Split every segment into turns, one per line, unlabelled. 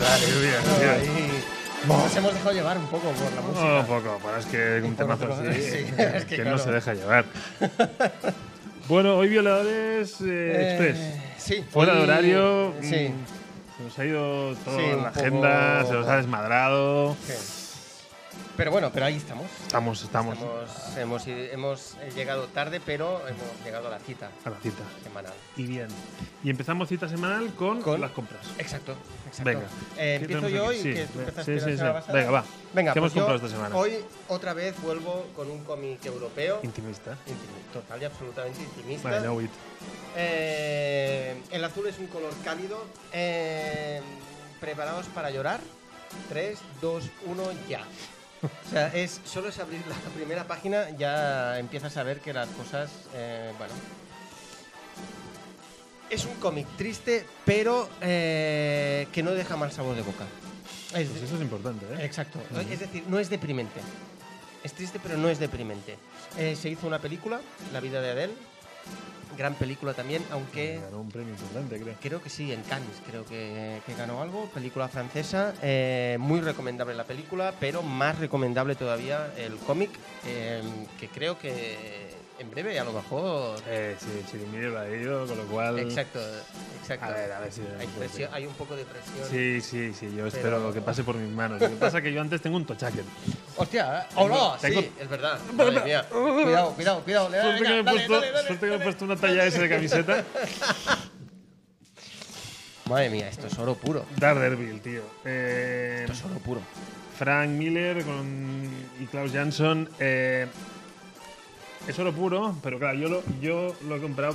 Vale, bien, bien. Ah,
Ahí. Nos hemos dejado llevar un poco por la música.
Un poco, pero es que un
poco
temazo
te
así eh,
lo- sí, es que
que
claro.
no se deja llevar. Bueno, hoy Violadores eh,
Eh,
Express.
sí.
Fuera de
hoy-
horario.
Sí.
mm, Se nos ha ido todo
Sí,
en
un
la
poco-
agenda, se nos ha desmadrado.
sí. Pero bueno, pero ahí estamos.
Estamos, estamos,
Estamos- hemos, i- hemos eh, llegado tarde, pero hemos llegado a la cita
a la cita.
semanal.
Y bien. Y empezamos cita semanal con,
Con-
las compras.
Exacto, exacto.
Venga.
Eh,
¿Qué
empiezo
tenemos
yo
aquí?
y
Sí,
que tú
venga,
empiezas
sí,
tú la
sí, sí.
semana pasada.
Venga, va.
Venga,
¿Qué hemos
pues yo
comprado esta semana?
Hoy otra vez vuelvo con un cómic europeo.
Intimista.
intimi- Total y absolutamente intimista.
Vale, no, it.
Eh, el azul es un color cálido. Eh, Preparados para llorar. 3, 2, 1, ya. O sea, es, solo es abrir la primera página, ya empiezas a ver que las cosas, eh, bueno... Es un cómic triste, pero eh, que no deja mal sabor de boca. Es-
Pues eso es importante, ¿eh?
Exacto. Es decir, no es deprimente. Es triste, pero no es deprimente. Eh, se hizo una película, La vida de Adele. Gran película también, aunque
Ganó un premio importante, creo.
creo que sí, en Cannes, creo que, que ganó algo. Película francesa. eh, muy recomendable la película, pero más recomendable todavía el cómic, eh, que creo que en breve a lo mejor...
Eh, sí, Chirimiri lo ha leído, con lo cual.
Exacto, exacto.
A ver, a ver si.
Hay, presión- hay un poco de presión.
Sí, sí, sí, yo espero
Pero-
que pase por mis manos. Lo que pasa es que yo antes tengo un tochaque.
Hostia, eh.
Tengo-
hola,
tengo-
sí, es verdad. Madre mía. Cuidado, cuidado, cuidado. le-
Suerte que me he
Eh, venga, dale,
puesto,
dale, dale,
suerte que me he
dale.
puesto una talla S de camiseta.
Madre mía, esto es oro puro.
Daredevil, tío. Eh,
Esto es oro puro.
Frank Miller con, y Klaus Jansson. eh, es oro puro, pero claro, yo lo, yo lo he comprado.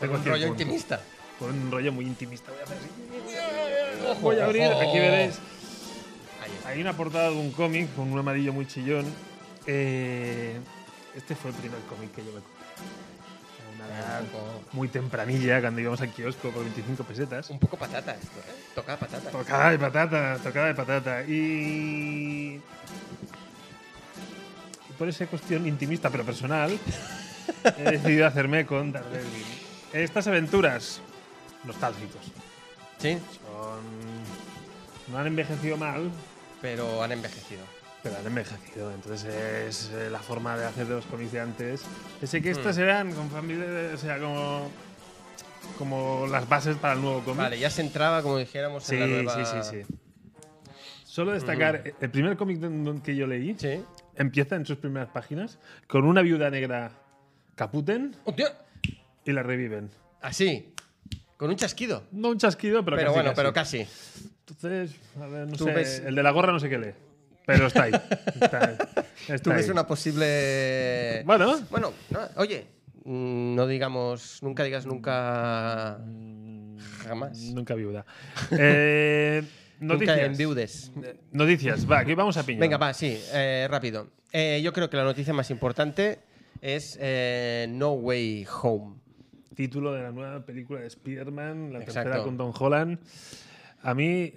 Tengo
Tengo
un rollo intimista.
Con un rollo muy intimista. Voy a hacer así. Voy a abrir, aquí veréis.
Ahí está.
Hay una portada de un cómic con un amarillo muy chillón. Eh, este fue el primer cómic que yo me compré. Una-
Blanco.
muy tempranilla, cuando íbamos al kiosco por 25 pesetas.
Un poco patata esto, ¿eh? Toca patata.
Tocada de patata, tocada de patata. Y. y por esa cuestión intimista pero personal, he decidido hacerme con Daredevil. Estas aventuras nostálgicos
Sí,
son. No han envejecido mal,
pero han envejecido.
Pero han envejecido, entonces es eh, la forma de hacer de los cómics de antes. Pensé
Hmm.
que estas eran con familia, o sea, como, como las bases para el nuevo cómic.
Vale, ya se entraba, como dijéramos,
sí,
en la nueva...
sí, sí, sí. Solo destacar, eh, el primer cómic don- don- que yo leí
Sí.
empieza en sus primeras páginas con una viuda negra caputen
¡Hostia!
y la reviven.
Así, con un chasquido.
No un chasquido, pero,
Pero,
casi,
bueno,
casi.
pero casi.
Entonces, a ver, no
Tú
sé,
ves-
el de la gorra no sé qué lee, pero está ahí. Está, está
Tú ves
ahí.
una posible...
Bueno.
Bueno, no, oye, mm, no digamos... Nunca digas nunca... Jamás.
Nunca viuda. Eh, noticias.
Nunca enviudes.
Eh, Noticias. Va, aquí vamos a piñón.
Venga, va, sí, eh, rápido. Eh, yo creo que la noticia más importante es eh, No Way Home.
Título de la nueva película de Spider-Man, la
Exacto.
tercera con Tom Holland. A mí eh,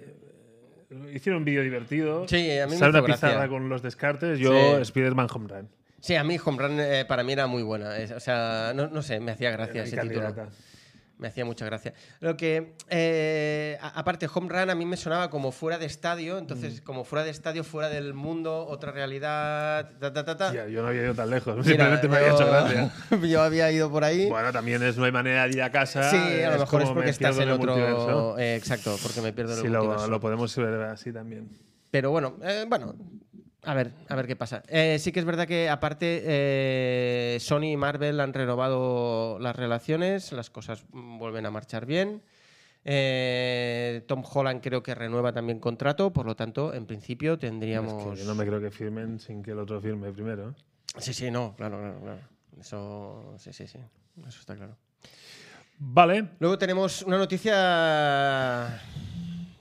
hicieron un vídeo divertido.
Sí, a mí me
Sale
hizo
una
gracia.
pizarra con los descartes. Yo,
Sí.
Spider-Man Home Run.
Sí, a mí Home Run eh, para mí era muy buena. Es- o sea, no, no sé, me hacía gracia
Mi
ese título.
candidata.
Me hacía mucha gracia. Lo que, eh, a- aparte, Home Run a mí me sonaba como fuera de estadio, entonces
Mm.
como fuera de estadio, fuera del mundo, otra realidad, ta, ta, ta, ta.
Tía, yo no había ido tan lejos.
Mira,
Simplemente me había
yo-
hecho gracia.
Yo había ido por ahí.
Bueno, también es no hay manera de ir a casa.
sí, a lo mejor es
como me
porque estás
pierdo
en
el multiverso.
otro... eh, exacto, porque me pierdo en el
Sí, lo,
multiverso.
lo podemos ver así también.
Pero bueno, eh, bueno, a ver, a ver qué pasa. Eh, sí que es verdad que aparte eh, Sony y Marvel han renovado las relaciones, las cosas mm, vuelven a marchar bien. Eh, Tom Holland creo que renueva también contrato, por lo tanto, en principio
Es
tendríamos.
que yo no me creo que firmen sin que el otro firme primero.
Sí, sí, no, claro, claro, claro. Eso, sí, sí, sí, eso está claro.
Vale,
Luego tenemos una noticia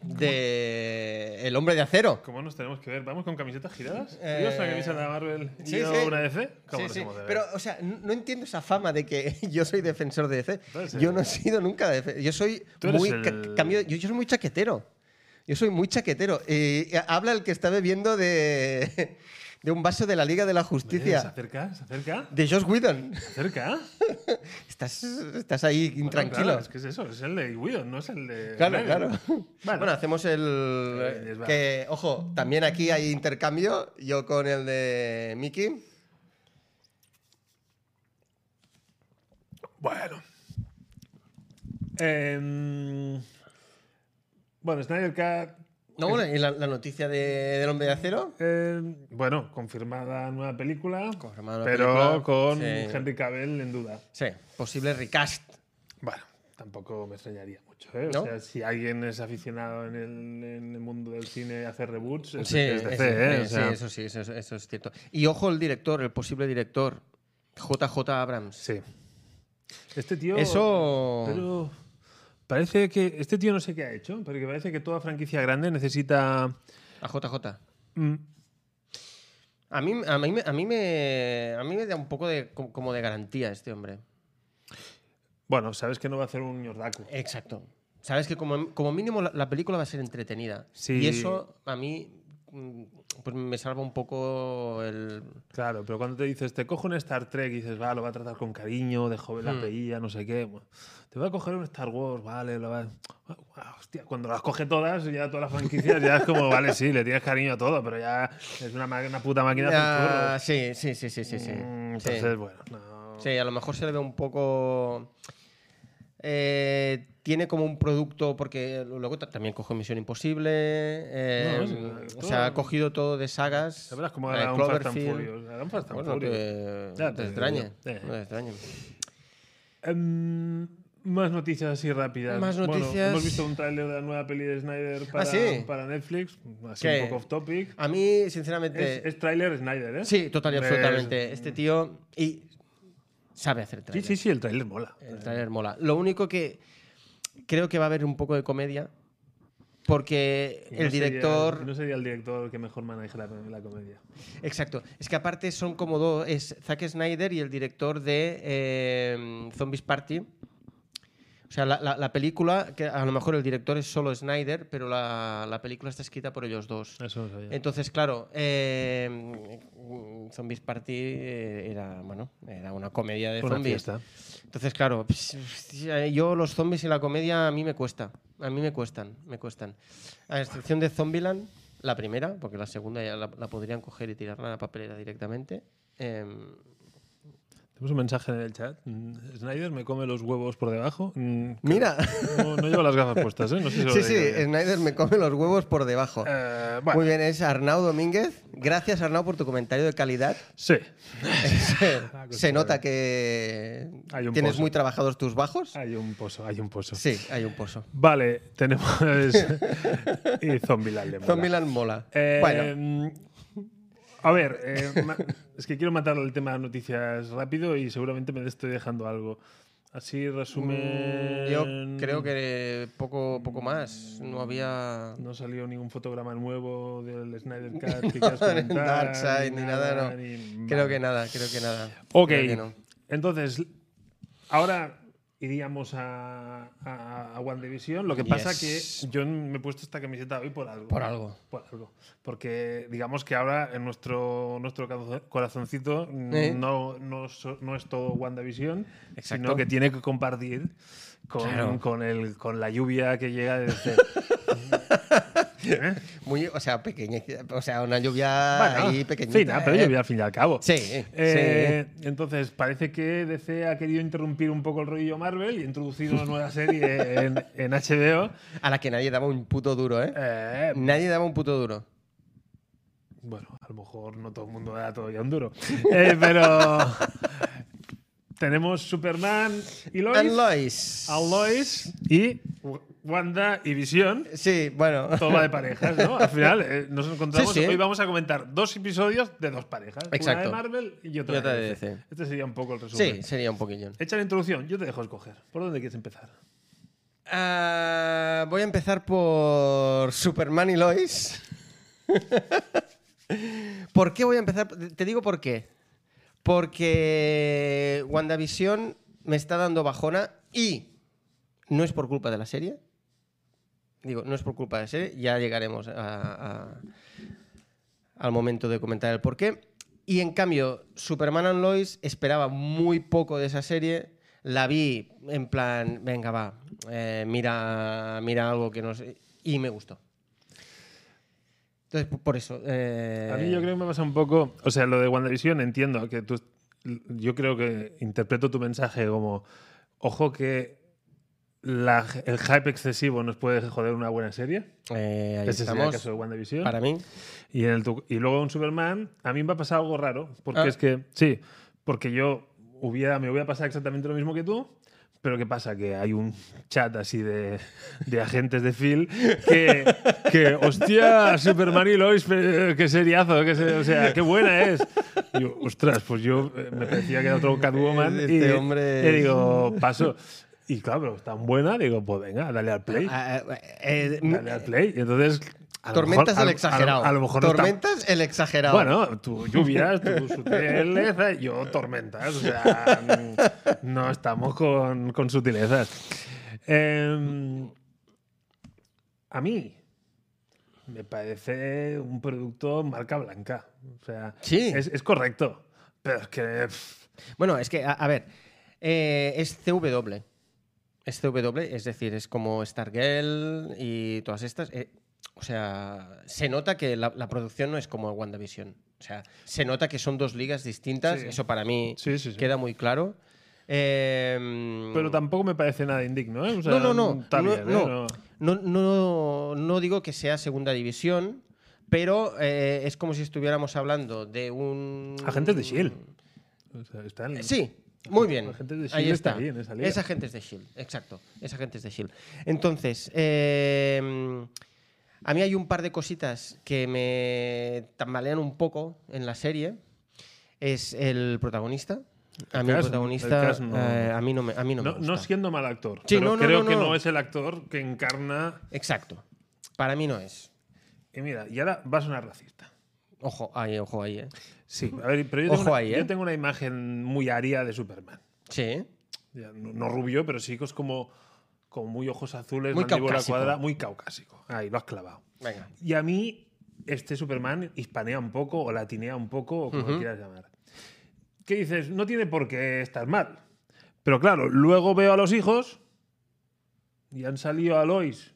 de El Hombre de Acero.
¿Cómo nos tenemos que ver? ¿Vamos con camisetas giradas?
Eh,
¿Yo una camisa de Marvel y
sí,
yo
sí.
una DC? ¿Cómo
Sí,
nos
sí.
hemos de ver?
Pero, o sea, n- no entiendo esa fama de que yo soy defensor de DC.
Puede ser.
Yo no he sido nunca defensor. Yo soy
Tú eres
muy
el-
ca- cambio- yo, yo soy muy eh, chaquetero. Yo soy muy chaquetero. Eh, habla el que está bebiendo de de un vaso de la Liga de la
Mira, Se
Justicia.
acerca, se acerca,
De Josh Whedon.
se acerca.
Estás, estás ahí
Bueno,
intranquilo.
claro, es que es eso, es el de Whedon, no es el de.
Claro,
Marvel.
claro.
Vale.
Bueno, hacemos
Sí,
el.
es
Que, ojo, también aquí hay intercambio. Yo con el de Mickey.
Bueno. Em, bueno, Snyder Cut.
No, bueno, y la, la noticia de, del hombre de acero.
em, bueno, confirmada nueva película.
Confirmada nueva
pero
película,
con
sí.
Henry Cavill en duda.
Sí, posible recast.
Bueno, tampoco me extrañaría mucho. ¿eh?
¿No?
O sea, si alguien es aficionado en el, en el mundo del cine a hacer reboots, es,
Sí,
es DC, ¿eh?
eso,
O
sí,
sea,
eso sí, eso, eso es cierto. Y ojo el director, el posible director, JJ Abrams.
sí. Este tío.
Eso...
Pero parece que este tío no sé qué ha hecho, porque parece que toda franquicia grande necesita...
A JJ.
Mm,
A mí, a, mí, me- a, mí me, a mí me da un poco de, co- como de garantía este hombre.
Bueno, sabes que no va a hacer un ñordaco.
Exacto. Sabes que como, como mínimo la, la película va a ser entretenida.
Sí.
Y eso a mí mm, pues me salva un poco el...
Claro, pero cuando te dices, te cojo un Star Trek y dices, va, lo va a tratar con cariño, de joven
Hmm.
la veía, no sé qué. bueno, te voy a coger un Star Wars, vale, lo va... Guau, guau, hostia, cuando las coge todas, ya todas las franquicias, ya es como, vale, sí, le tienes cariño a todo, pero ya es una, ma- una puta máquina de hacer
Ah,
churros.
sí, sí, sí, sí, sí. sí.
Mm,
Sí.
Entonces, bueno, no...
Sí, a lo mejor se le ve un poco. eh, tiene como un producto, porque luego ta- también coge Misión Imposible. eh,
No, sí,
o sea, ha
todo-
cogido todo de sagas.
Sabrás cómo
la de
hará un Fast and
Eh, Cloverfield.
Furious. hará un Fast and
Bueno,
Furious.
que-
Ya
no
te
te
digo
extrañe.
yo. Eh.
no te extrañe.
Em, más noticias así rápidas.
Más
Bueno,
noticias. Ah,
hemos visto un tráiler de la nueva peli de Snyder para,
sí?
para Netflix, así
¿Qué?
un poco off topic.
A mí, sinceramente.
Es, es tráiler Snyder, ¿eh?
sí, total y
Es-
absolutamente. Este tío. Y sabe hacer
Sí,
tráiler.
sí, sí, el tráiler mola.
El tráiler mola. Lo único que creo que va a haber un poco de comedia. Porque
Y no
el
sería-
director.
no sería el director que mejor maneja la, la comedia.
Exacto. Es que aparte son como dos. Es Zack Snyder y el director de eh, Zombies Party. O sea, la, la- la película, que a lo mejor el director es solo Snyder, pero la, la película está escrita por ellos dos.
Eso lo sabía.
Entonces, claro, eh, Zombies Party eh, era, bueno, era una comedia de
Fue una
zombies.
fiesta.
Entonces, claro, pues, hostia, yo los zombies y la comedia a mí me cuesta. A mí me cuestan, me cuestan. A excepción de Zombieland, la primera, porque la segunda ya la, la podrían coger y tirarla a la papelera directamente. Em,
Tenemos un mensaje en el chat. Mm, Snyder me come los huevos por debajo. Mm,
Mira.
No, no llevo las gafas puestas, ¿eh? No sé si lo
sí,
he
sí,
leído bien.
Snyder me come los huevos por debajo.
Eh, bueno,
Muy bien, es Arnau Domínguez. Gracias, Arnau, por tu comentario de calidad.
sí.
Se nota que
Hay un
tienes
pozo.
muy trabajados tus bajos.
Hay un pozo, hay un pozo.
Sí, hay un pozo.
Vale, tenemos. y Zombieland le mola.
Zombieland mola.
Eh,
Bueno,
A ver, eh, ma- es que quiero matar el tema de noticias rápido y seguramente me estoy dejando algo. Así resumen.
Mm, Yo creo que poco, poco más. No había.
No salió ningún fotograma nuevo del Snyder Cut que quieras comentar,
Darkseid, ni nada, no.
ni-
Creo
vale.
que nada, creo que nada.
Ok.
Creo que no.
Entonces, ahora iríamos a, a, a WandaVision. Lo que pasa
Yes.
que yo me he puesto esta camiseta hoy por algo.
Por algo.
Por algo. Porque digamos que ahora en nuestro, nuestro cazo- corazoncito mm,
¿Eh?
no, no, so- no es todo WandaVision,
Exacto.
sino que tiene que compartir con,
Claro.
con, el, con la lluvia que llega desde... ¿Eh?
Muy, o sea, pequeña. O sea, una lluvia
Bueno,
ahí pequeñita.
fina, pero
¿eh?
lluvia al fin y al cabo.
Sí, sí.
Eh, Entonces, parece que DC ha querido interrumpir un poco el rollo Marvel y introducir una nueva serie en, en HBO.
A la que nadie daba un puto duro, ¿eh?
Eh,
Nadie daba un puto duro.
bueno, a lo mejor no todo el mundo da todavía un duro. Eh, pero tenemos Superman y Lois,
And Lois.
a Lois y Wanda y Visión.
Sí, bueno.
Todo va de parejas, ¿no? Al final eh, nos encontramos.
Sí, sí.
Hoy vamos a comentar dos episodios de dos parejas.
Exacto.
Una de Marvel y otra,
Y otra
de
de
DC.
DC.
Este sería un poco el resumen.
Sí, sería un poquillo.
Hecha la introducción, yo te dejo escoger. ¿Por dónde quieres empezar?
Ah, voy a empezar por Superman y Lois. ¿Por qué voy a empezar? Te digo por qué. Porque WandaVision me está dando bajona y no es por culpa de la serie. Digo, no es por culpa de la serie, ya llegaremos a, a- al momento de comentar el porqué. Y en cambio, Superman and Lois esperaba muy poco de esa serie. La vi en plan, venga, va, eh, mira, mira algo que no sé. Y me gustó. Entonces, por eso. eh,
A mí yo creo que me pasa un poco, o sea, lo de WandaVision entiendo que tú, yo creo que interpreto tu mensaje como, ojo que la- el hype excesivo nos puede joder una buena serie.
eh, ahí
Ese sería el
estamos.
caso de WandaVision.
Para mí.
Y, en el tu- y luego en Superman, a mí me ha pasado algo raro, porque
Ah.
es que, sí, porque yo hubiera, me hubiera pasado exactamente lo mismo que tú, pero ¿qué pasa? Que hay un chat así de, de agentes de Phil que, que, hostia, Superman y Lois, eh, qué seriazo, qué se- o sea, qué buena es. Y yo, ostras, pues yo eh, me parecía que era otro Catwoman y,
Este hombre
y
es-
digo, paso. Y claro, pero es tan buena, digo, pues venga, dale al play.
Ah, ah, eh,
Dale al play. Y entonces. a lo
tormentas
mejor- a
el
lo-
exagerado.
A lo, a lo mejor no está-
tormentas el exagerado.
bueno, tú lluvias, tú sutilezas, yo tormentas. O sea, mm, no estamos con, con sutilezas. Em, a mí me parece un producto marca blanca. O sea,
Sí.
es, es correcto. Pero es que. pff,
Bueno, es que, a, a ver, eh, es CW. Es CW, es decir, es como Stargirl y todas estas. eh, o sea, se nota que la, la producción no es como WandaVision. O sea, se nota que son dos ligas distintas.
Sí.
Eso para mí
Sí, sí, sí.
queda muy claro. Eh,
Pero tampoco me parece nada indigno, ¿eh? O sea,
no, no, no.
está
no,
bien, ¿eh?
no.
No-
No- no- no digo que sea segunda división, pero eh, es como si estuviéramos hablando de un.
Agentes de Shield. o sea, está en-
Sí, muy bien.
Agentes de
Ahí
Shield está
está.
bien, esa liga.
Es Agentes de Shield, exacto. Es Agentes de Shield. Entonces, eh, a mí hay un par de cositas que me tambalean un poco en la serie. Es el protagonista. A mí el,
Cas- el
protagonista
Cas no-
eh, a mí no me, a mí no me
No,
gusta.
no siendo mal actor.
Sí,
pero
no, no,
creo
no,
que
no.
no es el actor que encarna.
Exacto. Para mí no es.
Y mira, y ahora va a sonar racista.
Ojo ahí, ojo ahí, ¿eh?
Sí, a ver, pero yo
Ojo
tengo, una,
ahí, ¿eh?
yo tengo una imagen muy aria de Superman.
Sí.
Ya, No, no rubio, pero sí que es como, como muy ojos azules,
Muy
mandíbula
caucásico.
cuadrada, muy caucásico. Ahí lo has clavado.
Venga.
Y a mí, este Superman hispanea un poco o latinea un poco, o como
Ujú.
quieras llamar. ¿Qué dices? No tiene por qué estar mal. Pero claro, luego veo a los hijos y han salido a Lois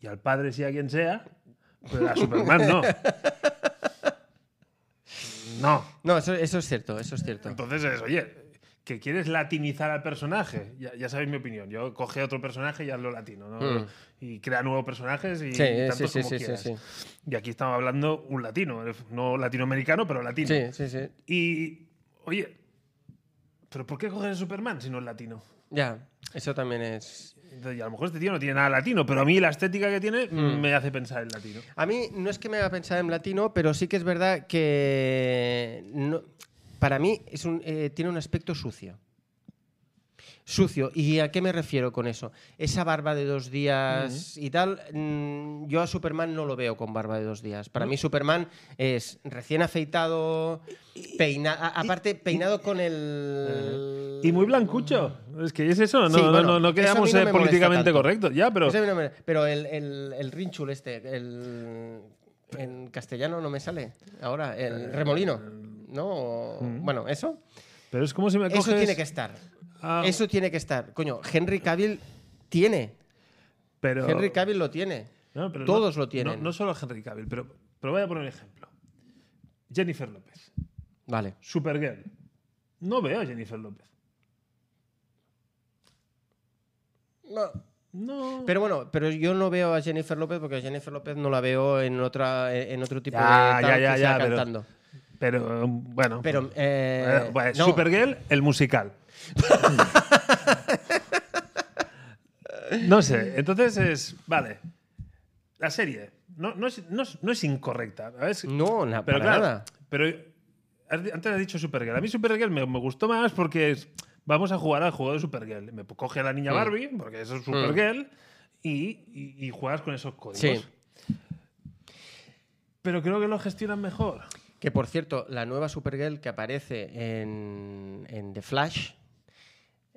y al padre, si a quien sea, pero a Superman no. No.
No, eso, eso es cierto, eso es cierto.
Entonces es, oye, que quieres latinizar al personaje. Ya, ya sabéis mi opinión. Yo coge otro personaje y hazlo latino, ¿no?
Mm.
Y crea nuevos personajes y
Sí, eh, sí,
tantos
sí,
como
sí, sí,
quieras.
sí.
Y aquí estamos hablando un latino, eh, no latinoamericano, pero latino.
Sí, sí, sí.
Y, oye, ¿pero por qué coges a Superman si no es latino?
Ya, eso también es.
Entonces, y a lo mejor este tío no tiene nada latino, pero a mí la estética que tiene
Hmm.
me hace pensar en latino.
A mí no es que me haga pensar en latino, pero sí que es verdad que no- para mí es un- eh, tiene un aspecto sucio. Sucio. ¿Y a qué me refiero con eso? Esa barba de dos días y tal, mm, yo a Superman no lo veo con barba de dos días. Para mí Superman es recién afeitado, peina- a- aparte peinado con el...
Y muy blancucho. Es que es eso, no,
Sí,
no- no,
bueno,
no
eso a mí
quedamos
no
eh,
me molesta
políticamente
tanto.
correctos. Ya, pero.
Pues a mí no me- pero el, el, el rinchul este, el, en castellano no me sale ahora, el remolino, ¿no? O- Bueno, eso,
Pero es como si me Mm. coges.
eso tiene que estar.
Ah.
Eso tiene que estar. Coño, Henry Cavill tiene.
pero-
Henry Cavill lo tiene.
No, pero
Todos
no-
lo tienen.
No, no solo Henry Cavill, pero, pero voy a poner un ejemplo. Jennifer López,
Vale.
Supergirl. No veo a Jennifer López.
No,
No.
Pero bueno, pero yo no veo a Jennifer López porque a Jennifer López no la veo en otra en otro tipo
Ya,
de
ya,
tal
ya,
que
ya,
sea
pero-
cantando.
Pero, um, bueno.
Pero, eh,
Bueno, pues,
no.
Supergirl, el musical. no sé, entonces es. Vale. La serie. No, no, es, no es- no es incorrecta. A ver, es-
No, na-
Pero
para
claro,
nada.
pero has di- antes has dicho Supergirl. A mí Supergirl me, me gustó más porque es, vamos a jugar al juego de Supergirl. Me coge a la
Mm.
niña Barbie, porque eso es Supergirl, y, y- y juegas con esos códigos.
Sí.
Pero creo que lo gestionan mejor.
Que por cierto, la nueva Supergirl que aparece en, en The Flash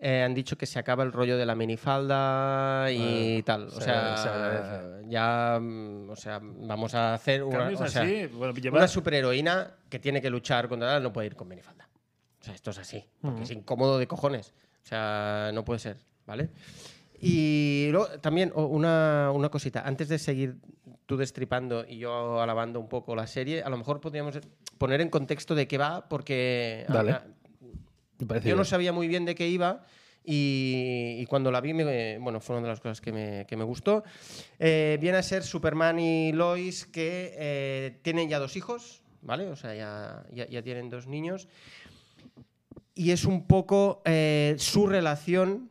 eh, han dicho que se acaba el rollo de la minifalda y
Ah,
tal. O
se
sea,
agradece, se agradece.
ya, mm, o sea, vamos a hacer una,
Cambios
o sea,
así, bueno,
una
llevar-
superheroína que tiene que luchar contra no puede ir con minifalda. O sea, esto es así, porque
Ujú.
es incómodo de cojones. O sea, no puede ser, ¿vale? Y luego también o- una, una cosita, antes de seguir tú destripando y yo alabando un poco la serie, a lo mejor podríamos poner en contexto de qué va, porque a-
Dale.
a-
Me parece
yo no
bien.
sabía muy bien de qué iba y, y cuando la vi, me- bueno, fue una de las cosas que me, que me gustó. Eh, viene a ser Superman y Lois que eh, tienen ya dos hijos, ¿vale? O sea, ya, ya- ya tienen dos niños. Y es un poco eh, su relación,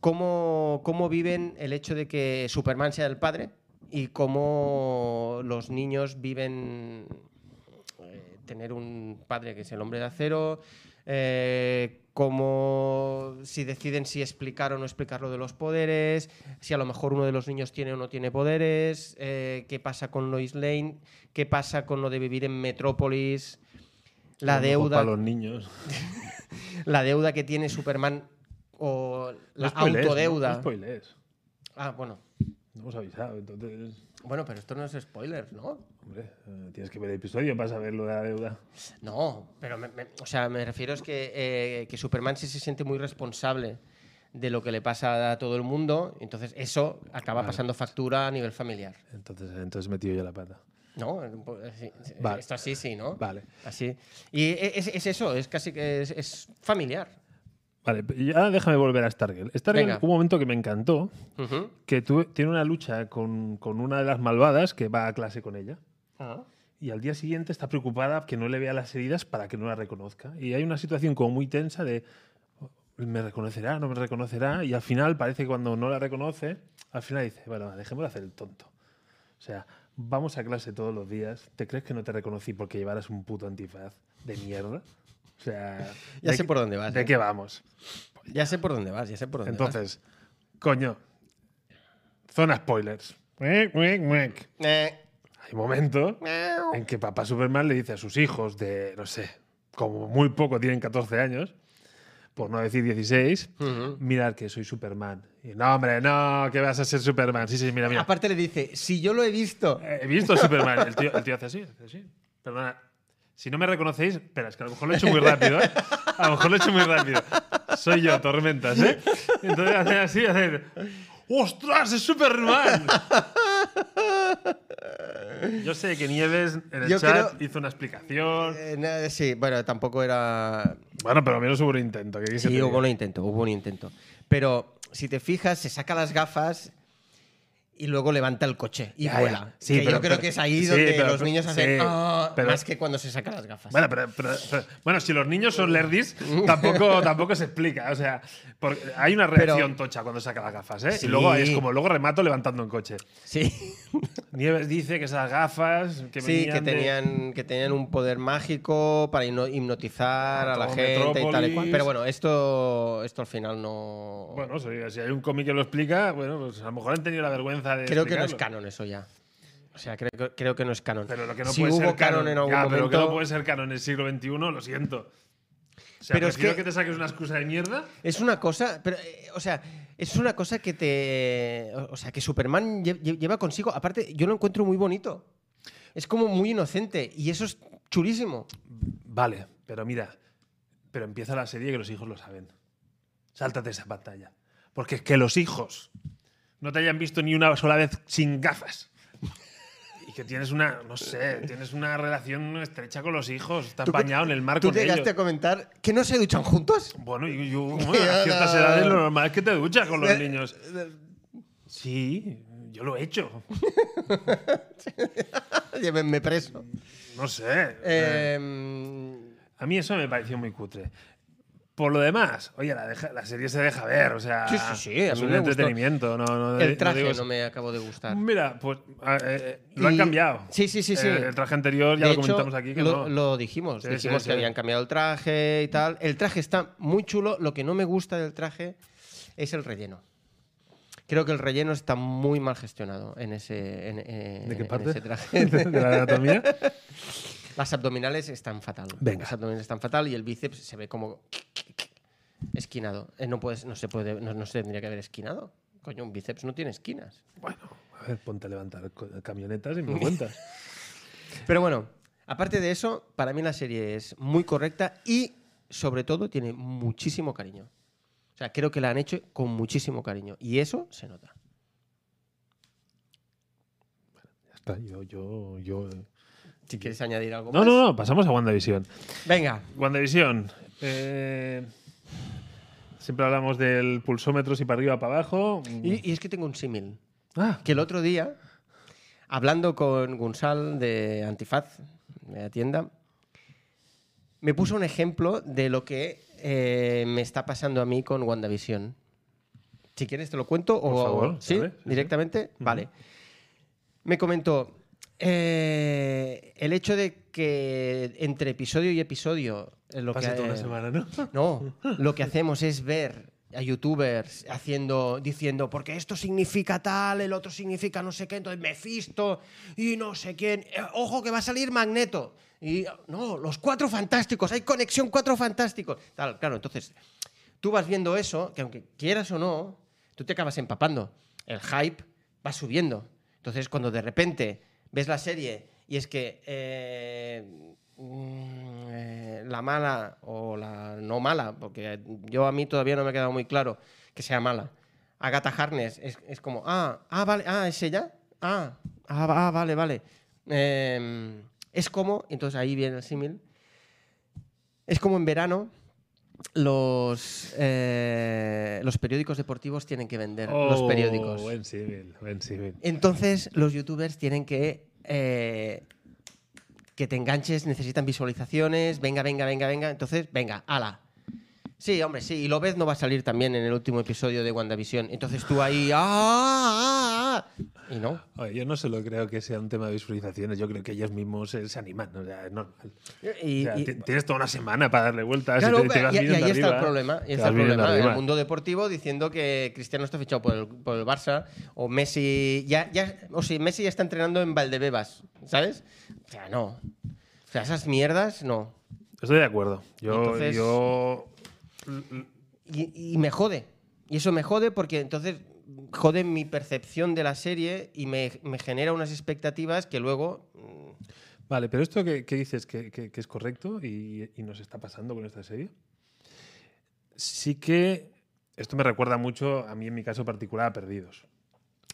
cómo, cómo viven el hecho de que Superman sea el padre y cómo los niños viven eh, tener un padre que es el hombre de acero, eh, como si deciden si explicar o no explicar lo de los poderes, si a lo mejor uno de los niños tiene o no tiene poderes, eh, qué pasa con Lois Lane, qué pasa con lo de vivir en Metrópolis, la
A lo mejor
deuda,
Para los niños.
la deuda que tiene Superman o la
No spoilees,
autodeuda.
No, no spoilees.
ah, bueno.
No hemos avisado, entonces.
Bueno, pero esto no es spoiler, ¿no?
Hombre, eh, tienes que ver el episodio para saber lo de la deuda.
No, pero me, me- o sea, me refiero es que, eh, que Superman sí se siente muy responsable de lo que le pasa a todo el mundo, entonces eso acaba pasando factura a nivel familiar.
Entonces, entonces he metido yo la pata.
¿No? Un po- eh, sí, sí,
Vale.
Esto así, sí, ¿no?
Vale.
Así. Y e- es, es eso, es casi que es, es familiar.
Vale, pero ya déjame volver a Stargirl. Stargirl,
Venga.
hubo un momento que me encantó,
Ujú.
que tuve- tiene una lucha con, con una de las malvadas que va a clase con ella. Ah. Y al día siguiente está preocupada que no le vea las heridas para que no la reconozca. Y hay una situación como muy tensa de "Oh, me reconocerá, no me reconocerá. Y al final parece que cuando no la reconoce, al final dice, bueno, dejémoslo hacer el tonto. O sea, vamos a clase todos los días. ¿Te crees que no te reconocí porque llevaras un puto antifaz de mierda? O sea,
Ya
¿de
sé
qué-
por dónde vas.
¿De
eh.
qué vamos?
Ya sé por dónde vas, ya sé por dónde vas.
Entonces, coño, zona spoilers. Muec, muec, muec.
Eh,
Hay momentos
miau.
en que papá Superman le dice a sus hijos de, no sé, como muy poco tienen 14 años, por no decir 16,
Ujú.
mirad que soy Superman. Y no, hombre, no, que vas a ser Superman. Sí, sí, mira, mira.
Aparte le dice, si yo lo he visto.
He visto Superman. El tío, el tío hace así, hace así. Perdona. Si no me reconocéis, espera, es que a lo mejor lo he hecho muy rápido, ¿eh? A lo mejor lo he hecho muy rápido. Soy yo, Tormentas, ¿eh? Entonces hace así, hace... ¡Ostras, es Superman! Yo sé que Nieves en el
Yo
chat
creo-
hizo una explicación.
Eh, nada, sí, bueno, tampoco era
Bueno, pero al menos hubo un intento. ¿qué quieres que
Sí,
te
hubo
diga?
un intento, hubo un intento. Pero si te fijas, se saca las gafas y luego levanta el coche y
Ya, ya.
vuela.
Sí,
Que
pero-
yo creo
pero-
que es ahí
sí,
donde
pero-
los niños
sí,
hacen "Ah",
pero-
más que cuando se saca las gafas.
Bueno, pero, pero- pero- bueno, si los niños son lerdis, tampoco, tampoco se explica. O sea, porque hay una
Pero-
reacción tocha cuando saca las gafas, ¿eh?
Sí.
Y luego es como luego remato levantando en coche.
sí,
Nieves dice que esas gafas que
sí que,
venían de-
tenían, que tenían un poder mágico para hipno- hipnotizar a la
Todo
gente y tal y cual.
Metrópolis.
Pero bueno, esto, esto al final no.
Bueno, si, si hay un cómic que lo explica, bueno, pues a lo mejor han tenido la vergüenza de
creo que no es
explicarlo.
canon eso ya. O sea, creo, que- creo que no es canon.
Pero lo que no
si
puede
hubo
ser
canon, en algún
ya,
momento.
Pero lo que no puede ser canon en el siglo XXI, lo siento. O sea,
Pero
pero
es
prefiero
que-
que... te saques una excusa de mierda.
Es una cosa, pero, eh, o sea, es una cosa que te. O o sea, que Superman lle- lle- lleva consigo. Aparte, yo lo encuentro muy bonito. Es como muy inocente y eso es chulísimo.
Vale, pero mira, pero empieza la serie que los hijos lo saben. Sáltate esa pantalla. Porque es que los hijos no te hayan visto ni una sola vez sin gafas. Y que tienes una, no sé, tienes una relación estrecha con los hijos, estás
¿Tú qué-
bañado en el mar
Tú
con
llegaste
ellos.
a comentar que no se duchan juntos.
Bueno, y yo, bueno,
Ya,
a ciertas
no.
edades lo normal es que te duchas con
Eh,
los niños. Sí, yo lo he hecho.
Llévenme preso.
No sé.
Eh,
A mí eso me pareció muy cutre. Por lo demás, oye, la, deja- la serie se deja ver, o sea,
Sí, sí, sí, a
es
mí
un
me gustó.
entretenimiento. No, no- no
el traje
digo-
no me acabo de gustar.
Mira, pues ah, eh, eh, lo
Y-
han cambiado. Eh,
Sí, sí, sí, sí.
El, el traje anterior ya
De
lo
hecho,
comentamos aquí. Que
lo,
no.
lo dijimos,
Sí,
dijimos
sí,
que
sí.
habían cambiado el traje y tal. El traje está muy chulo, lo que no me gusta del traje es el relleno. Creo que el relleno está muy mal gestionado en ese, en- en-
¿De qué
en
parte?
ese traje.
de la anatomía.
Las abdominales están fatal.
Venga.
Las abdominales están fatal y el bíceps se ve como Esquinado. Eh, no, puedes, no, se puede, no, no se tendría que haber esquinado. Coño, un bíceps no tiene esquinas.
Bueno, a ver, ponte a levantar co- camionetas y me lo cuentas.
Pero bueno, aparte de eso, para mí la serie es muy correcta y sobre todo tiene muchísimo cariño. O sea, creo que la han hecho con muchísimo cariño y eso se nota.
Ya está, yo, yo, yo.
Si quieres añadir algo
No,
más.
no, no, pasamos a WandaVision.
Venga,
WandaVision. eh, siempre hablamos del pulsómetro si para arriba para abajo.
y, y es que tengo un símil.
Ah,
Que el otro día, hablando con Gunsal de Antifaz, de la tienda, me puso un ejemplo de lo que eh, me está pasando a mí con WandaVision. Si quieres te lo cuento o
Por favor,
¿sí?
vale, sí, sí.
directamente. Vale. Me comentó eh, el hecho de que entre episodio y episodio eh, lo
pasa
que
toda una
eh,
semana, ¿no?
no, lo que hacemos es ver a youtubers haciendo, diciendo, porque esto significa tal, el otro significa no sé qué, entonces Mephisto y no sé quién. Eh, Ojo que va a salir Magneto. Y no, los cuatro fantásticos, hay conexión cuatro fantásticos. Tal, claro, entonces tú vas viendo eso, que aunque quieras o no, tú te acabas empapando. El hype va subiendo. Entonces, cuando de repente ves la serie y es que eh, mm, eh, la mala o la no mala, porque yo a mí todavía no me ha quedado muy claro que sea mala, Agatha Harness es, es como, ah, ah, vale, ah, es ella, ah, ah, va- ah, vale, vale. Em, es como, entonces ahí viene el símil, es como en verano los, eh, los periódicos deportivos tienen que vender los
Oh,
periódicos.
Buen civil, buen civil.
Entonces los youtubers tienen que... eh, que te enganches, necesitan visualizaciones, venga, venga, venga, venga. Entonces, venga, ala. Sí, hombre, sí. Y López no va a salir también en el último episodio de WandaVision. Entonces tú ahí... ¡Ah! ah, ah! Y no.
Oye, yo no solo creo que sea un tema de visualizaciones, yo creo que ellos mismos eh, se animan, o sea, es normal.
Y-
O sea,
y-
ti- tienes toda una semana para darle vueltas
Claro,
y te, te vas
y, y
viniendo
ahí está el
arriba,
problema. ahí
te
está
vas
el
viniendo
problema. ¿eh?
arriba.
El mundo deportivo diciendo que Cristiano está fichado por el, por el Barça o Messi ya, ya o si Messi ya está entrenando en Valdebebas, ¿sabes? O sea, no. O sea, esas mierdas no.
Estoy de acuerdo. Yo,
Entonces-
yo
Y, y me jode. Y eso me jode porque entonces jode mi percepción de la serie y me, me genera unas expectativas que luego mm,
Vale, pero esto que, que dices que, que- que es correcto y, y nos está pasando con esta serie, sí que esto me recuerda mucho a mí en mi caso particular a Perdidos.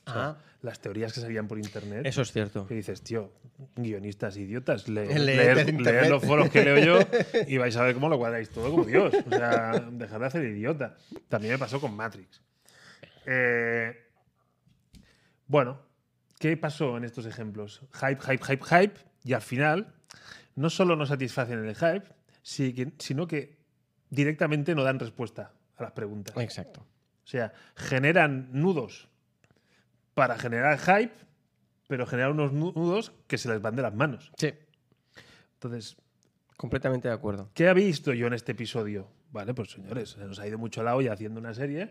O sea,
Ah.
Las teorías que salían por internet.
Eso es cierto.
Que dices, tío, guionistas idiotas, le-
Leed
leed,
en
leed
internet.
los foros que leo yo y vais a ver cómo lo cuadráis todo como Dios. O sea, dejad de hacer idiota. También me pasó con Matrix. Eh, bueno, ¿qué pasó en estos ejemplos? Hype, hype, hype, hype. Y al final, no solo no satisfacen el hype, si que- sino que directamente no dan respuesta a las preguntas.
Exacto.
O sea, generan nudos para generar hype, pero generan unos nu- nudos que se les van de las manos.
Sí,
Entonces,
completamente de acuerdo.
¿qué ha visto yo en este episodio? Vale, pues señores, se nos ha ido mucho la olla haciendo una serie,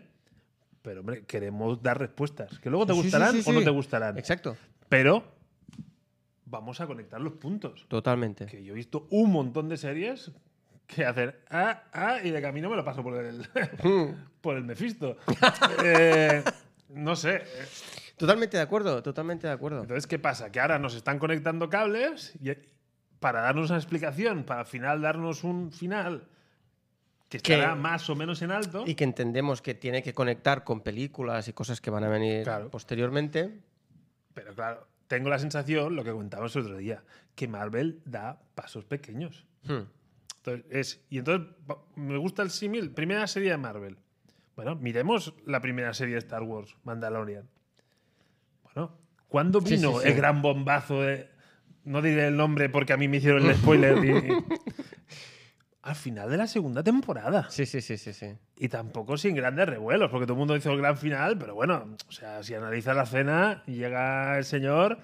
pero hombre, queremos dar respuestas. Que luego te
Sí, sí,
gustarán
sí, sí,
o no
sí.
te gustarán.
Exacto.
Pero vamos a conectar los puntos.
Totalmente.
Que yo he visto un montón de series que hacen ah, ah, y de camino me lo paso por el,
Mm,
por el Mephisto. Eh, no sé. eh,
Totalmente de acuerdo, totalmente de acuerdo.
Entonces, ¿qué pasa? Que ahora nos están conectando cables y- eh, para darnos una explicación, para al final darnos un final que
Que-
estará más o menos en alto.
Y que entendemos que tiene que conectar con películas y cosas que van a venir
Claro.
posteriormente.
Pero claro, tengo la sensación, lo que comentábamos el otro día, que Marvel da pasos pequeños.
Hmm.
Entonces, es, y entonces va- me gusta el símil. Primera serie de Marvel. Bueno, miremos la primera serie de Star Wars, Mandalorian. Bueno, ¿cuándo
Sí,
vino
sí, sí.
el gran bombazo de. No diré el nombre porque a mí me hicieron el spoiler. y- y- al final de la segunda temporada.
Sí, sí, sí, sí, sí.
Y tampoco sin grandes revuelos, porque todo el mundo hizo el gran final, pero bueno, o sea, si analizas la escena, llega el señor.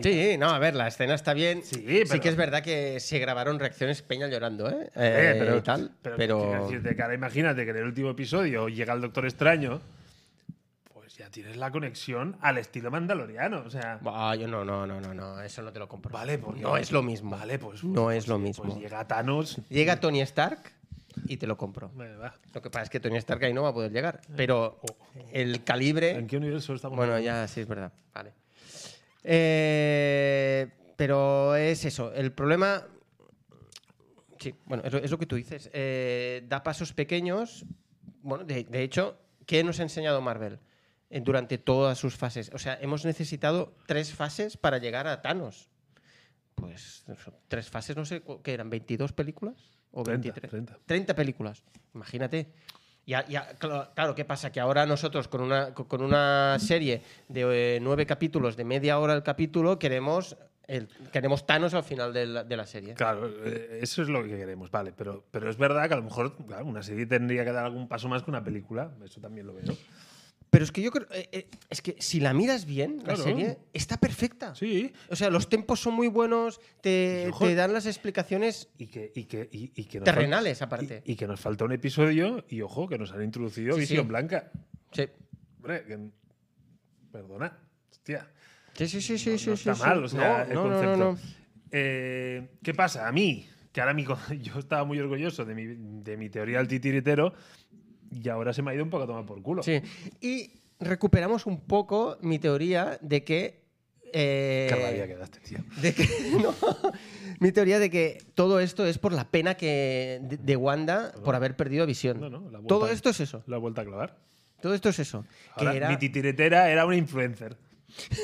Sí, no, a ver, la escena está bien.
Sí,
sí
pero-
que es verdad que se grabaron reacciones Peña llorando, ¿eh?
Eh,
Eh,
pero,
y tal, pero,
quiero decirte que ahora imagínate que en el último episodio llega el Doctor Extraño, pues ya tienes la conexión al estilo mandaloriano. O sea,
Ah, yo no, no, no, no, no, eso no te lo compro.
Vale, pues
no es lo mismo.
Vale, pues.
No es lo
pues
mismo.
llega Thanos.
Llega Tony Stark y te lo compro.
Vale, va.
Lo que pasa es que Tony Stark ahí no va a poder llegar,
Eh.
pero
Oh.
el calibre...
¿En qué universo estamos?
Eh, Bueno, ya sí, es verdad. Vale. Eh, pero es eso. El problema. Sí, bueno, es lo, es lo que tú dices. Eh, da pasos pequeños. Bueno, de, de hecho, ¿qué nos ha enseñado Marvel eh, durante todas sus fases? O sea, hemos necesitado tres fases para llegar a Thanos. Pues eso, tres fases, no sé, ¿qué eran? ¿22 películas? ¿O
30,
23?
30.
30 películas. Imagínate. Ya, ya, cla- claro, ¿qué pasa? Que ahora nosotros con una, co- con una serie de eh, nueve capítulos, de media hora el capítulo, queremos, el, queremos Thanos al final de la, de la serie.
Claro, eh, eso es lo que queremos, vale. Pero, pero es verdad que a lo mejor claro, una serie tendría que dar algún paso más que una película. Eso también lo veo.
Pero es que yo creo, eh, eh, es que si la miras bien,
Claro.
la serie está perfecta.
Sí.
O sea, los tempos son muy buenos, te,
Ojo.
te dan las explicaciones
Y que, y que, y, y que nos
terrenales
fal-
aparte.
Y, y que nos falta un episodio y ojo, que nos han introducido
Sí,
Visión
sí.
Blanca.
Sí,
Hombre, que- perdona. Hostia.
sí, sí, sí, sí.
no,
sí,
no
sí,
está
sí.
mal, o sea, el
No, no, no,
concepto.
no, no.
Eh, ¿Qué pasa? A mí, que ahora mi, co- yo estaba muy orgulloso de mi, de mi teoría del titiritero y ahora se me ha ido un poco a tomar por culo.
Sí. Y recuperamos un poco mi teoría de que. eh,
Qué rabia que das, tío.
de que no. mi teoría de que todo esto es por la pena que de, de Wanda por haber perdido visión.
No, no, la vuelta-
todo esto es eso.
La vuelta a clavar.
Todo esto es eso. Que
Ahora,
era-
Mi titiritera era una influencer.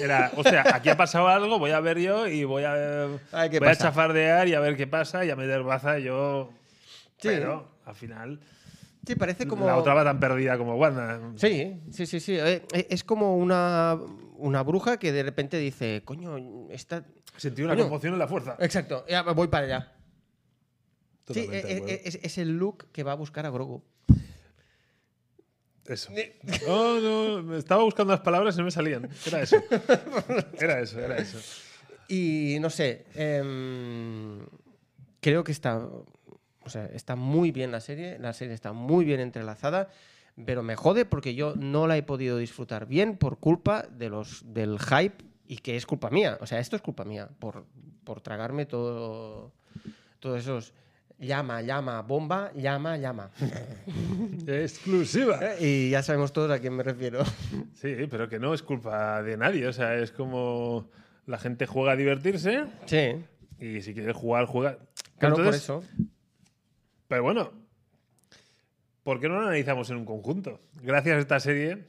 Era, o sea, aquí ha pasado algo, voy a ver yo y voy a,
Ay, ¿qué
voy a
pasa?
chafardear y a ver qué pasa y a meter baza yo.
Sí.
Pero al final
sí, parece como.
la otra va tan perdida como Wanda.
Sí, sí, sí, sí. Eh, eh, Es como una, una bruja que de repente dice, coño, esta.
Sentí una
Coño.
conmoción en la fuerza.
Exacto, ya voy para allá. Sí,
Totalmente
eh,
de acuerdo.
eh, es, es el look que va a buscar a Grogu. eh,
Eso. No, no, me estaba buscando las palabras y no me salían. Era eso. Era eso, era eso.
Y no sé, em, creo que está, o sea, está muy bien la serie, la serie está muy bien entrelazada, pero me jode porque yo no la he podido disfrutar bien por culpa de los, del hype y que es culpa mía, o sea, esto es culpa mía por, por tragarme todo, todos esos llama, llama, bomba, llama, llama.
Exclusiva.
y ya sabemos todos a quién me refiero.
Sí, pero que no es culpa de nadie. O sea, es como la gente juega a divertirse
sí,
y si quiere jugar, juega.
claro,
Entonces,
por eso.
Pero bueno, ¿por qué no lo analizamos en un conjunto? Gracias a esta serie,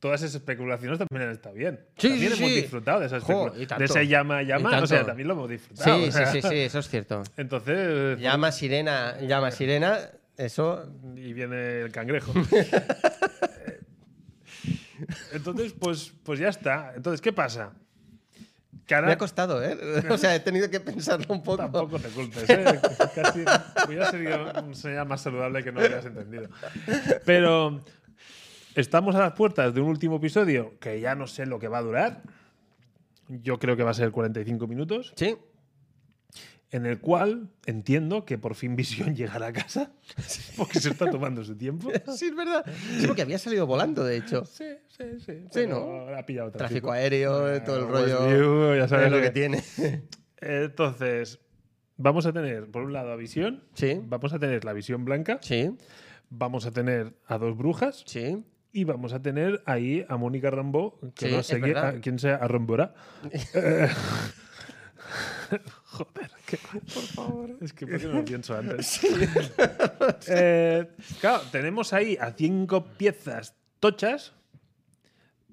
todas esas especulaciones también han estado bien.
Sí,
también
sí,
hemos
sí.
disfrutado de esas
Jo,
especula-
y tanto.
De ese llama, llama, o
tanto.
sea, también lo hemos disfrutado.
Sí, sí, sí, sí, eso es cierto.
Entonces,
Llama sirena, llama sirena, eso.
y viene el cangrejo. Eh, Entonces, pues, pues ya está. Entonces, ¿qué pasa? Que ahora-
Me ha costado, ¿eh? O sea, he tenido que pensarlo un poco.
Tampoco te culpes, ¿eh? Casi hubiera sido un señal más saludable que no hubieras entendido. Pero estamos a las puertas de un último episodio que ya no sé lo que va a durar. Yo creo que va a ser 45 minutos,
Sí,
en el cual entiendo que por fin Visión llegará a casa, porque se está tomando su tiempo.
sí, es verdad. Sí, porque había salido volando, de hecho.
Sí, sí, sí.
Sí, ¿no?
pero Ha pillado
Tráfico aéreo, todo el rollo.
Westview, ya pues sabes
es lo que
que-
tiene.
Entonces, vamos a tener, por un lado, a Visión.
Sí.
Vamos a tener la Visión Blanca.
Sí,
Vamos a tener a dos brujas.
sí.
Y vamos a tener ahí a Mónica Rambo, que
Sí,
no
es
sé qui-
verdad.
a quién sea, a Rambora. Eh, Joder, que- por favor. Es que por qué no lo pienso antes. Eh, claro, tenemos ahí a cinco piezas tochas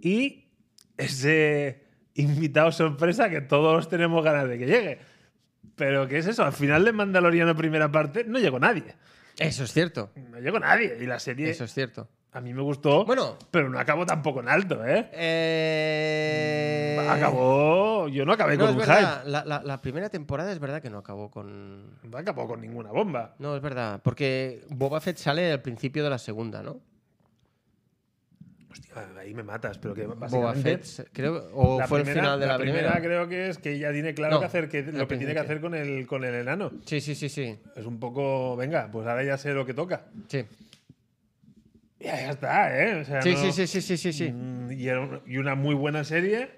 y ese invitado sorpresa que todos tenemos ganas de que llegue. Pero ¿qué es eso? Al final de Mandaloriano primera parte no llegó nadie.
Eso es cierto.
No llegó nadie. Y la serie
Eso es cierto.
a mí me gustó.
Bueno.
Pero no acabó tampoco en alto, ¿eh?
Eh...
Acabó. Yo no acabé
No,
con
es
un
verdad. La, la- la primera temporada es verdad que no acabó con.
hype. No acabó con ninguna bomba.
No, es verdad. Porque Boba Fett sale al principio de la segunda, ¿no?
Hostia, ahí me matas, pero que
Boba
básicamente.
Fett, se- creo. O
la
fue
primera-
el final de la,
primera, creo que es que ella tiene claro
No,
que hacer que,
al
lo que tiene que
principio.
hacer con el, con el enano.
Sí, sí, sí, sí.
Es un poco, venga, pues ahora ya sé lo que toca.
Sí,
Ya, ya está, ¿eh? O sea,
sí,
no-
sí, sí, sí, sí, sí, sí.
Mm, Y, era un- y una muy buena serie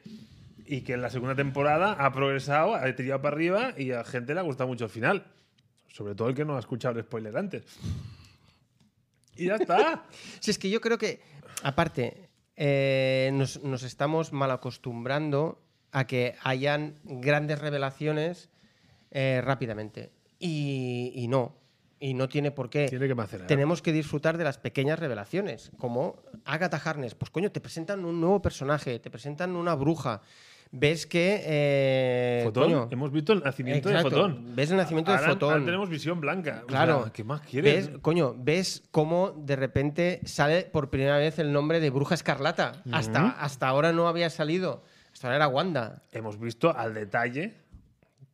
y que en la segunda temporada ha progresado, ha tirado para arriba y a la gente le ha gustado mucho el final. Sobre todo el que no ha escuchado el spoiler antes. Y ya está.
Si es que yo creo que, aparte, eh, nos, nos estamos mal acostumbrando a que hayan grandes revelaciones eh, rápidamente. Y, y no. Y no tiene por qué.
Tiene que macerar.
Tenemos que disfrutar de las pequeñas revelaciones, como Agatha Harness. Pues coño, te presentan un nuevo personaje, te presentan una bruja. Ves que. eh,
Fotón.
coño,
Hemos visto el nacimiento
Exacto.
de Fotón.
Ves el nacimiento de
Ahora-
Fotón.
ahora tenemos visión blanca. O
Claro.
sea, ¿Qué más quieres?
Ves, coño, ves cómo de repente sale por primera vez el nombre de Bruja Escarlata. hasta, hasta ahora no había salido. Hasta ahora era Wanda.
Hemos visto al detalle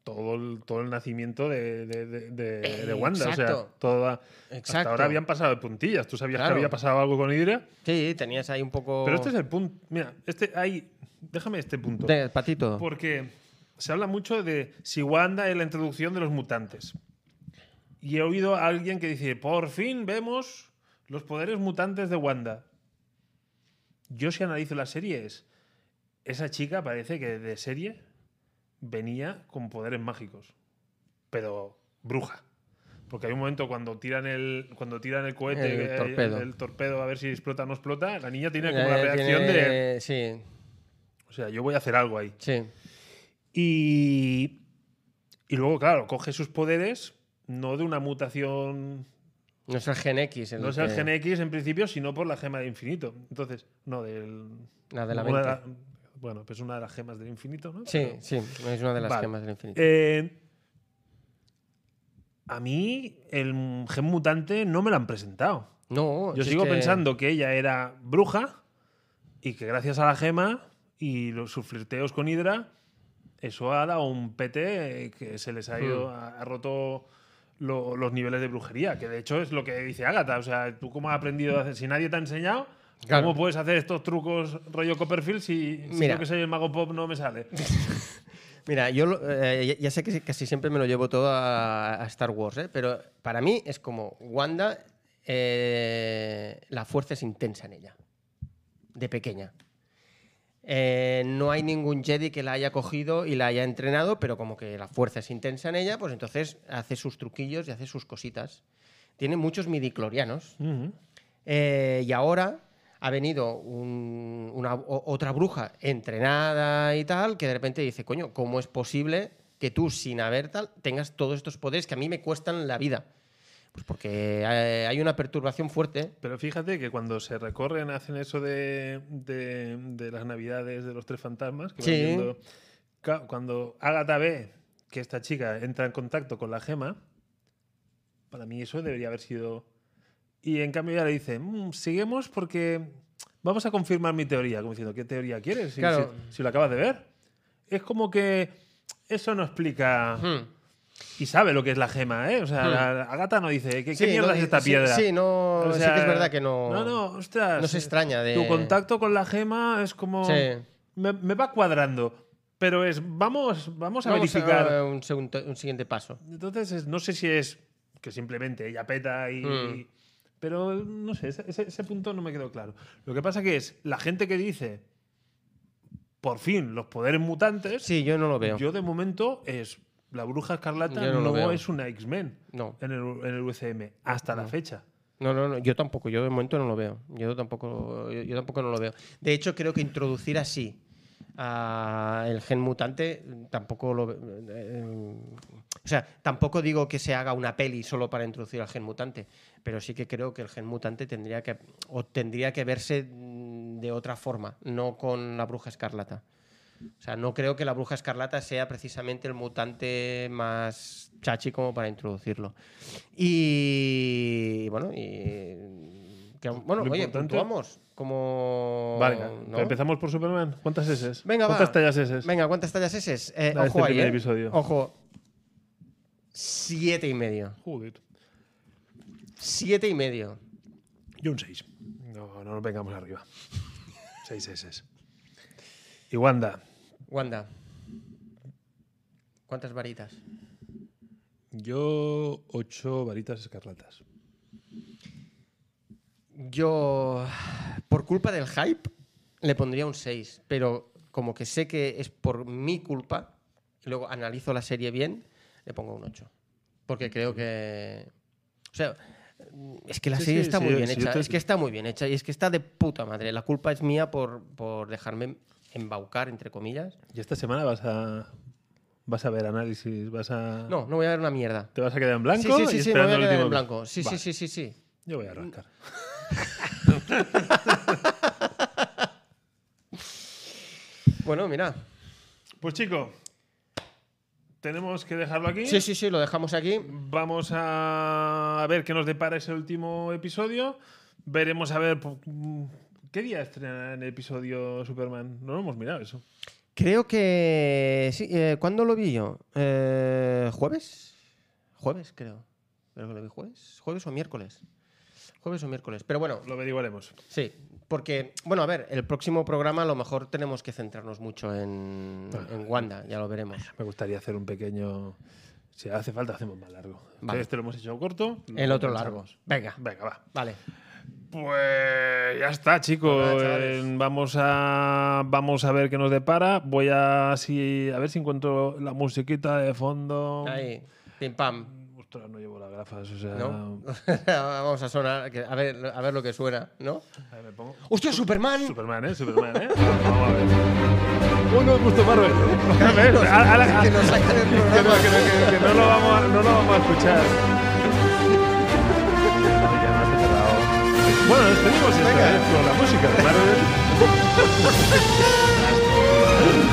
todo el, todo el nacimiento de, de- de- de- de
Eh,
Wanda. O
exacto.
sea, toda, hasta
Exacto.
ahora habían pasado de puntillas. Tú sabías que
Claro.
había pasado algo con Hydra.
Sí, tenías ahí un poco.
Pero este es el punto. Mira, este ahí. Déjame este punto.
De patito.
Porque se habla mucho de si Wanda es la introducción de los mutantes. Y he oído a alguien que dice, por fin vemos los poderes mutantes de Wanda. Yo si analizo las series, esa chica parece que de serie venía con poderes mágicos, pero bruja. Porque hay un momento cuando tiran el, cuando tiran el cohete,
El
eh,
torpedo.
el torpedo a ver si explota o no explota, la niña tiene como
Eh,
la reacción de...
tiene- Sí,
O sea, yo voy a hacer algo ahí.
sí.
Y, y luego, claro, coge sus poderes no de una mutación,
No es el Gen X. El
no es el
que-
Gen X en principio, sino por la gema del infinito. Entonces, no, del.
La de la
una
mente.
la- bueno, pues una de las gemas del infinito, ¿no?
Sí,
Pero-
sí. Es una de las
Vale.
gemas del infinito.
Eh, a mí, el gen mutante no me lo han presentado.
no,
Yo
si es
sigo
que-
pensando que ella era bruja y que gracias a la gema y los, sus flirteos con Hydra, eso ha dado un pete eh, que se les ha ido,
Mm.
ha, ha roto lo- los niveles de brujería, que de hecho es lo que dice Agatha. O sea, tú cómo has aprendido a hacer, si nadie te ha enseñado,
Claro.
cómo puedes hacer estos trucos rollo Copperfield si, si
Mira.
yo que soy el mago pop no me sale.
Mira, yo lo- eh, ya- ya sé que casi siempre me lo llevo todo a, a Star Wars, ¿eh? pero para mí es como Wanda, eh, la fuerza es intensa en ella, de pequeña. Eh, no hay ningún Jedi que la haya cogido y la haya entrenado, pero como que la fuerza es intensa en ella, pues entonces hace sus truquillos y hace sus cositas. Tiene muchos midiclorianos.
Ujú.
Eh, y ahora ha venido un- una, o- otra bruja entrenada y tal, que de repente dice, coño, ¿cómo es posible que tú, sin haber tal, tengas todos estos poderes que a mí me cuestan la vida? Pues porque eh, hay una perturbación fuerte.
Pero fíjate que cuando se recorren, hacen eso de, de- de las navidades de los tres fantasmas, que van
Sí.
viendo- Ca- cuando Agatha ve que esta chica entra en contacto con la gema, para mí eso debería haber sido... Y en cambio ella le dice, "Mm, seguimos porque vamos a confirmar mi teoría, como diciendo, ¿qué teoría quieres? Si,
Claro.
si- si lo acabas de ver. Es como que eso no explica...
Hmm.
Y sabe lo que es la gema, ¿eh? O sea,
Hmm.
la- Agatha no dice, ¿qué, qué
Sí,
mierda
no,
es esta
sí,
piedra?
Sí, no,
O
sí
sea,
que es verdad que no,
No, no, ostras. eh,
no se extraña de...
Tu contacto con la gema es como.
Sí.
Me, me va cuadrando. Pero es. Vamos, vamos a
Vamos
verificar.
a- un, segundo- un siguiente paso.
Entonces, es- no sé si es que simplemente ella peta y.
Mm.
pero no sé, ese, ese- ese punto no me quedó claro. Lo que pasa que es la gente que dice. Por fin, los poderes mutantes.
Sí, yo no lo veo.
Yo de momento es. La bruja escarlata
Yo no
no,
lo veo.
es una X-Men
No.
en el, en el UCM hasta la fecha.
No, no, no, yo tampoco, yo de momento no lo veo. Yo tampoco, yo, yo tampoco no lo veo. De hecho, creo que introducir así a el gen mutante tampoco lo ve- eh, o sea, tampoco digo que se haga una peli solo para introducir al gen mutante, pero sí que creo que el gen mutante tendría que o tendría que verse mm, de otra forma, no con la bruja escarlata. O sea, no creo que la bruja escarlata sea precisamente el mutante más chachi como para introducirlo. Y bueno, y que- bueno,
Lo
oye,
importante-
puntuamos como
Vale,
¿no?
empezamos por Superman. ¿Cuántas S?
Venga,
¿Cuántas
va.
tallas S?
Venga, ¿cuántas tallas es? Eh,
La de
ojo
este
ahí,
primer
eh.
episodio.
Ojo. Siete y medio.
Joder.
Siete y medio.
Yo un 6. No, no nos vengamos arriba. 6 S. Y Wanda,
Wanda. ¿Cuántas varitas?
yo 8 varitas escarlatas.
Yo, por culpa del hype, le pondría un 6, pero como que sé que es por mi culpa, y luego analizo la serie bien, le pongo un 8. Porque creo que... O sea, Es que la
Sí,
serie
sí,
está
sí,
muy bien
sí, yo
hecha.
te-
Es que está muy bien hecha y es que está de puta madre. La culpa es mía por, por dejarme embaucar, entre comillas.
¿Y esta semana vas a, vas a ver análisis? ¿Vas a.
No, no voy a ver una mierda.
¿Te vas a quedar en Ah. blanco?
Sí, sí,
y
sí, sí, me voy
esperando
a
el
quedar en
último-
blanco. Sí,
Vale,
sí, sí, sí, sí.
Yo voy a arrancar.
Bueno, mira.
Pues chico, tenemos que dejarlo aquí.
Sí, sí, sí, lo dejamos aquí.
Vamos a ver qué nos depara ese último episodio. Veremos a ver po- qué día estrenarán el episodio Superman. No lo hemos mirado eso.
Creo que. Sí, eh, ¿Cuándo lo vi yo? Eh, ¿Jueves? Jueves, creo. Creo que lo vi jueves. ¿Jueves o miércoles? Jueves o miércoles. Pero bueno,
Lo averiguaremos.
sí. Porque, bueno, a ver, el próximo programa a lo mejor tenemos que centrarnos mucho en,
Ah.
en Wanda, ya lo veremos.
Me gustaría hacer un pequeño. Si hace falta, hacemos más largo.
Vale.
Este lo hemos hecho corto. lo
El otro largo.
compensamos.
Venga,
Venga, va.
vale.
Pues ya está, chicos.
Pues nada, chavales.
Eh, vamos a vamos a ver qué nos depara. Voy a si a ver si encuentro la musiquita de fondo.
Ahí, pim pam.
Ostras, no llevo las gafas, o sea,
¿No?
Ah.
Vamos a sonar, que- a ver, a ver lo que suena, ¿no?
a ver, me pongo
¡Hostia, Superman!
Superman, eh, Superman, eh. Vamos a ver. Uno me gustó Marvel. A ver, a- a la- a-
que
que no
nos sacan el programa.
que- que no lo vamos a, no lo vamos a escuchar. Ay, ya me has cerrado. Bueno, eh, despedimos esta
Venga.
vez con la música de Marvel.